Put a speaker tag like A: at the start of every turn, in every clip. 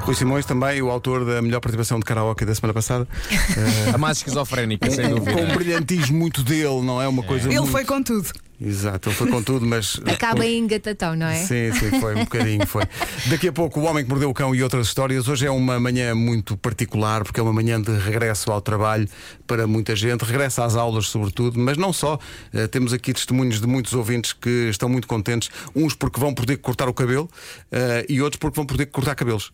A: Rui Simões também, o autor da melhor participação de karaoke da semana passada.
B: A mais esquizofrénica, sem
A: Com um
B: dúvida.
A: brilhantismo muito dele, não é? Uma coisa
C: Ele
A: muito...
C: foi com tudo.
A: Exato, ele foi com tudo, mas.
D: Acaba em gatatão, não é?
A: Sim, sim, foi um bocadinho, foi. Daqui a pouco, O Homem que Mordeu o Cão e outras histórias. Hoje é uma manhã muito particular, porque é uma manhã de regresso ao trabalho para muita gente, regressa às aulas, sobretudo, mas não só. Eh, temos aqui testemunhos de muitos ouvintes que estão muito contentes, uns porque vão poder cortar o cabelo eh, e outros porque vão poder cortar cabelos.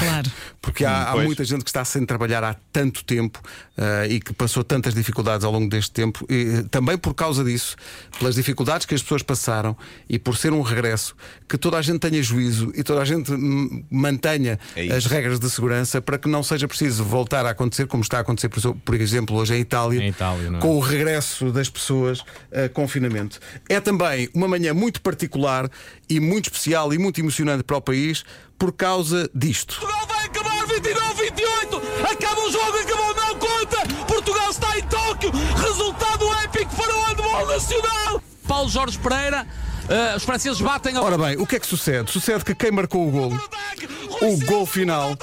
C: Claro.
A: Porque
B: Hum,
A: há, há
E: pois.
A: muita gente que está sem trabalhar há tanto tempo eh, e que passou tantas dificuldades ao longo deste tempo, e, eh, também por causa disso, pelas dificuldades que as pessoas passaram e por ser um regresso, que toda a gente tenha juízo e toda a gente hum, mantenha
E: É isso.
A: as regras de segurança para que não seja preciso voltar a acontecer, como está a acontecer, por so- por exemplo, hoje em Itália,
B: Em Itália, não é?
A: com o regresso das pessoas a confinamento. É também uma manhã muito particular e muito especial e muito emocionante para o país por causa disto.
F: Portugal vai acabar 29-28. Acaba o jogo, acabou, não conta. Portugal está em Tóquio. Resultado épico para o handball nacional. Paulo Jorge Pereira, eh, os franceses batem a
A: Ora bem, o que é que sucede? Sucede que quem marcou o golo, o gol final,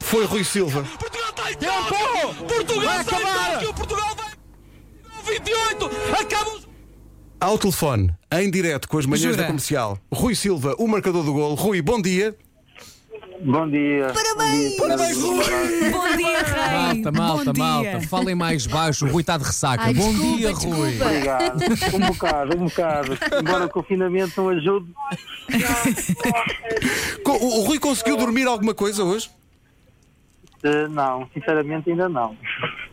A: foi Rui Silva.
F: Portugal está em Tóquio. Portugal está em Tóquio. Portugal vai 29-28. Acaba o jogo.
A: Ao telefone, em direto com as manhãs
C: Jura?
A: da comercial, Rui Silva, o marcador do golo. Rui, bom dia.
G: Bom dia.
D: Parabéns!
C: Bom dia, Rei.
B: Malta, malta,
C: Bom dia.
B: malta. Falem mais baixo. O Rui está de ressaca.
D: Ai,
B: Bom
D: desculpa,
B: dia,
D: desculpa.
B: Rui.
F: Tá,
G: Obrigado. Um bocado, um bocado. Embora o confinamento não ajude,
A: Co- O, o Rui conseguiu dormir alguma coisa hoje?
G: eh, não, sinceramente ainda não.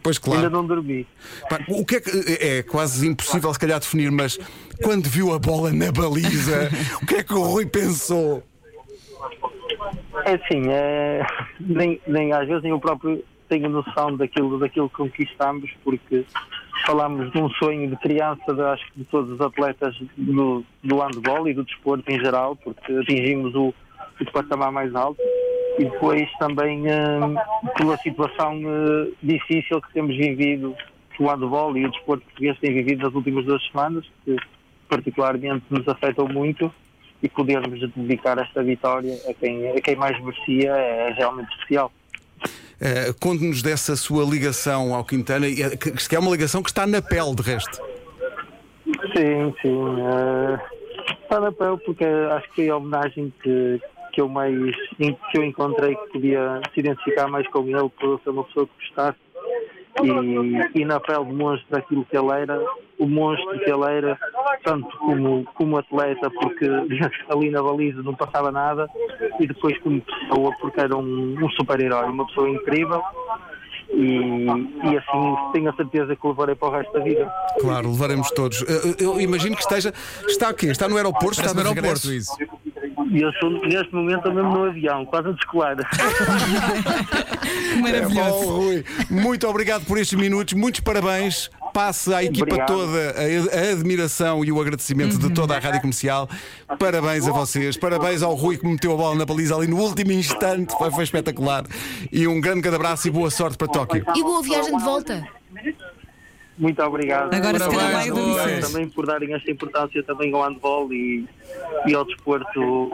A: Pois
G: Ainda
A: claro.
G: não dormi.
A: Pá, O que é que é quase impossível se calhar definir, mas quando viu a bola na baliza, o que é que o Rui pensou?
G: É assim, eh, nem, nem às vezes nem eu próprio tenho noção daquilo, daquilo que conquistamos, porque falámos de um sonho de criança, de, acho que de todos os atletas do, do handball e do desporto em geral, porque atingimos o, o patamar mais alto. E depois também eh, pela situação eh, difícil que temos vivido, que o handball e o desporto português têm vivido nas últimas duas semanas, que particularmente nos afetam muito e podermos dedicar esta vitória a quem, a quem mais merecia é realmente especial.
A: Eh, Conte-nos dessa sua ligação ao Quintana, e, eh, que que é uma ligação que está na pele, de resto.
G: Sim, sim. eh, Está na pele porque acho que foi a homenagem que, que eu mais em- que eu encontrei que podia se identificar mais com ele por ser uma pessoa que gostasse e, e na pele demonstra aquilo que ele era, o monstro que ele era, tanto como, como atleta, porque ali na baliza não passava nada, e depois como pessoa, porque era um, um super-herói, uma pessoa incrível, e, e assim tenho a certeza que o levarei para o resto da vida.
A: Claro, levaremos todos. Eu, eu imagino que esteja. Está aqui, está no aeroporto, está no
B: Está no
A: regresso.
B: um aeroporto, isso.
G: E eu estou neste momento mesmo no avião, quase a descolar.
C: Que
A: É Bom,
B: É
C: maravilhoso.
A: Rui, muito obrigado por estes minutos, muitos parabéns. Passe à equipa
G: Obrigado.
A: toda a, a admiração e o agradecimento de toda a rádio comercial. Parabéns a vocês, parabéns ao Rui que meteu a bola na baliza ali no último instante, foi, foi espetacular. E um grande grande abraço e boa sorte para Tóquio.
D: E boa viagem de volta.
G: Muito obrigado.
C: Agora se calhar vai
G: Parabéns,
C: adormecer.
G: Rui, também por darem esta importância também ao handball e, e ao desporto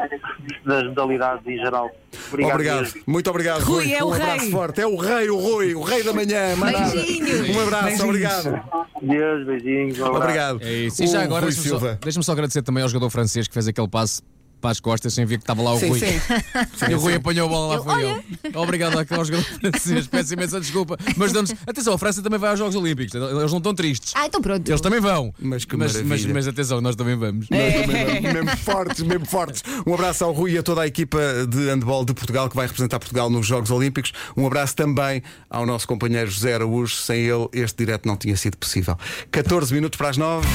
G: das modalidades em geral. Obrigado.
A: Obrigado,
G: mesmo.
A: muito obrigado.
C: Rui, é
A: um
C: o
A: abraço
C: rei.
A: forte, é o rei, o Rui, o rei da manhã.
B: Ah.
A: Manada.
D: Beijinhos.
A: Um abraço,
C: Beijinhos.
A: obrigado.
G: Deus, beijinhos. um abraço.
A: Obrigado.
B: É isso. E já
A: O
B: agora,
A: Rui
B: deixa-me só,
A: Silva.
B: deixa-me só agradecer também ao jogador francês que fez aquele passe para as costas sem ver que estava lá o Rui. E o Rui apanhou a bola lá,
D: Eu,
B: foi
D: olha.
B: ele. Obrigado ao jogador francês. Peço imensa desculpa. Mas damos. Atenção, a França também vai aos Jogos Olímpicos. Eles não estão tristes.
D: Ah, então pronto.
B: Eles também vão.
A: Mas que
B: mas, mas,
A: maravilha.
B: mas atenção, nós também vamos.
A: mesmo, mesmo fortes, mesmo fortes. Um abraço ao Rui e a toda a equipa de handball de Portugal que vai representar Portugal nos Jogos Olímpicos. Um abraço também ao nosso companheiro José Araújo. Sem ele, este direto não tinha sido possível. 14 minutos para as 9.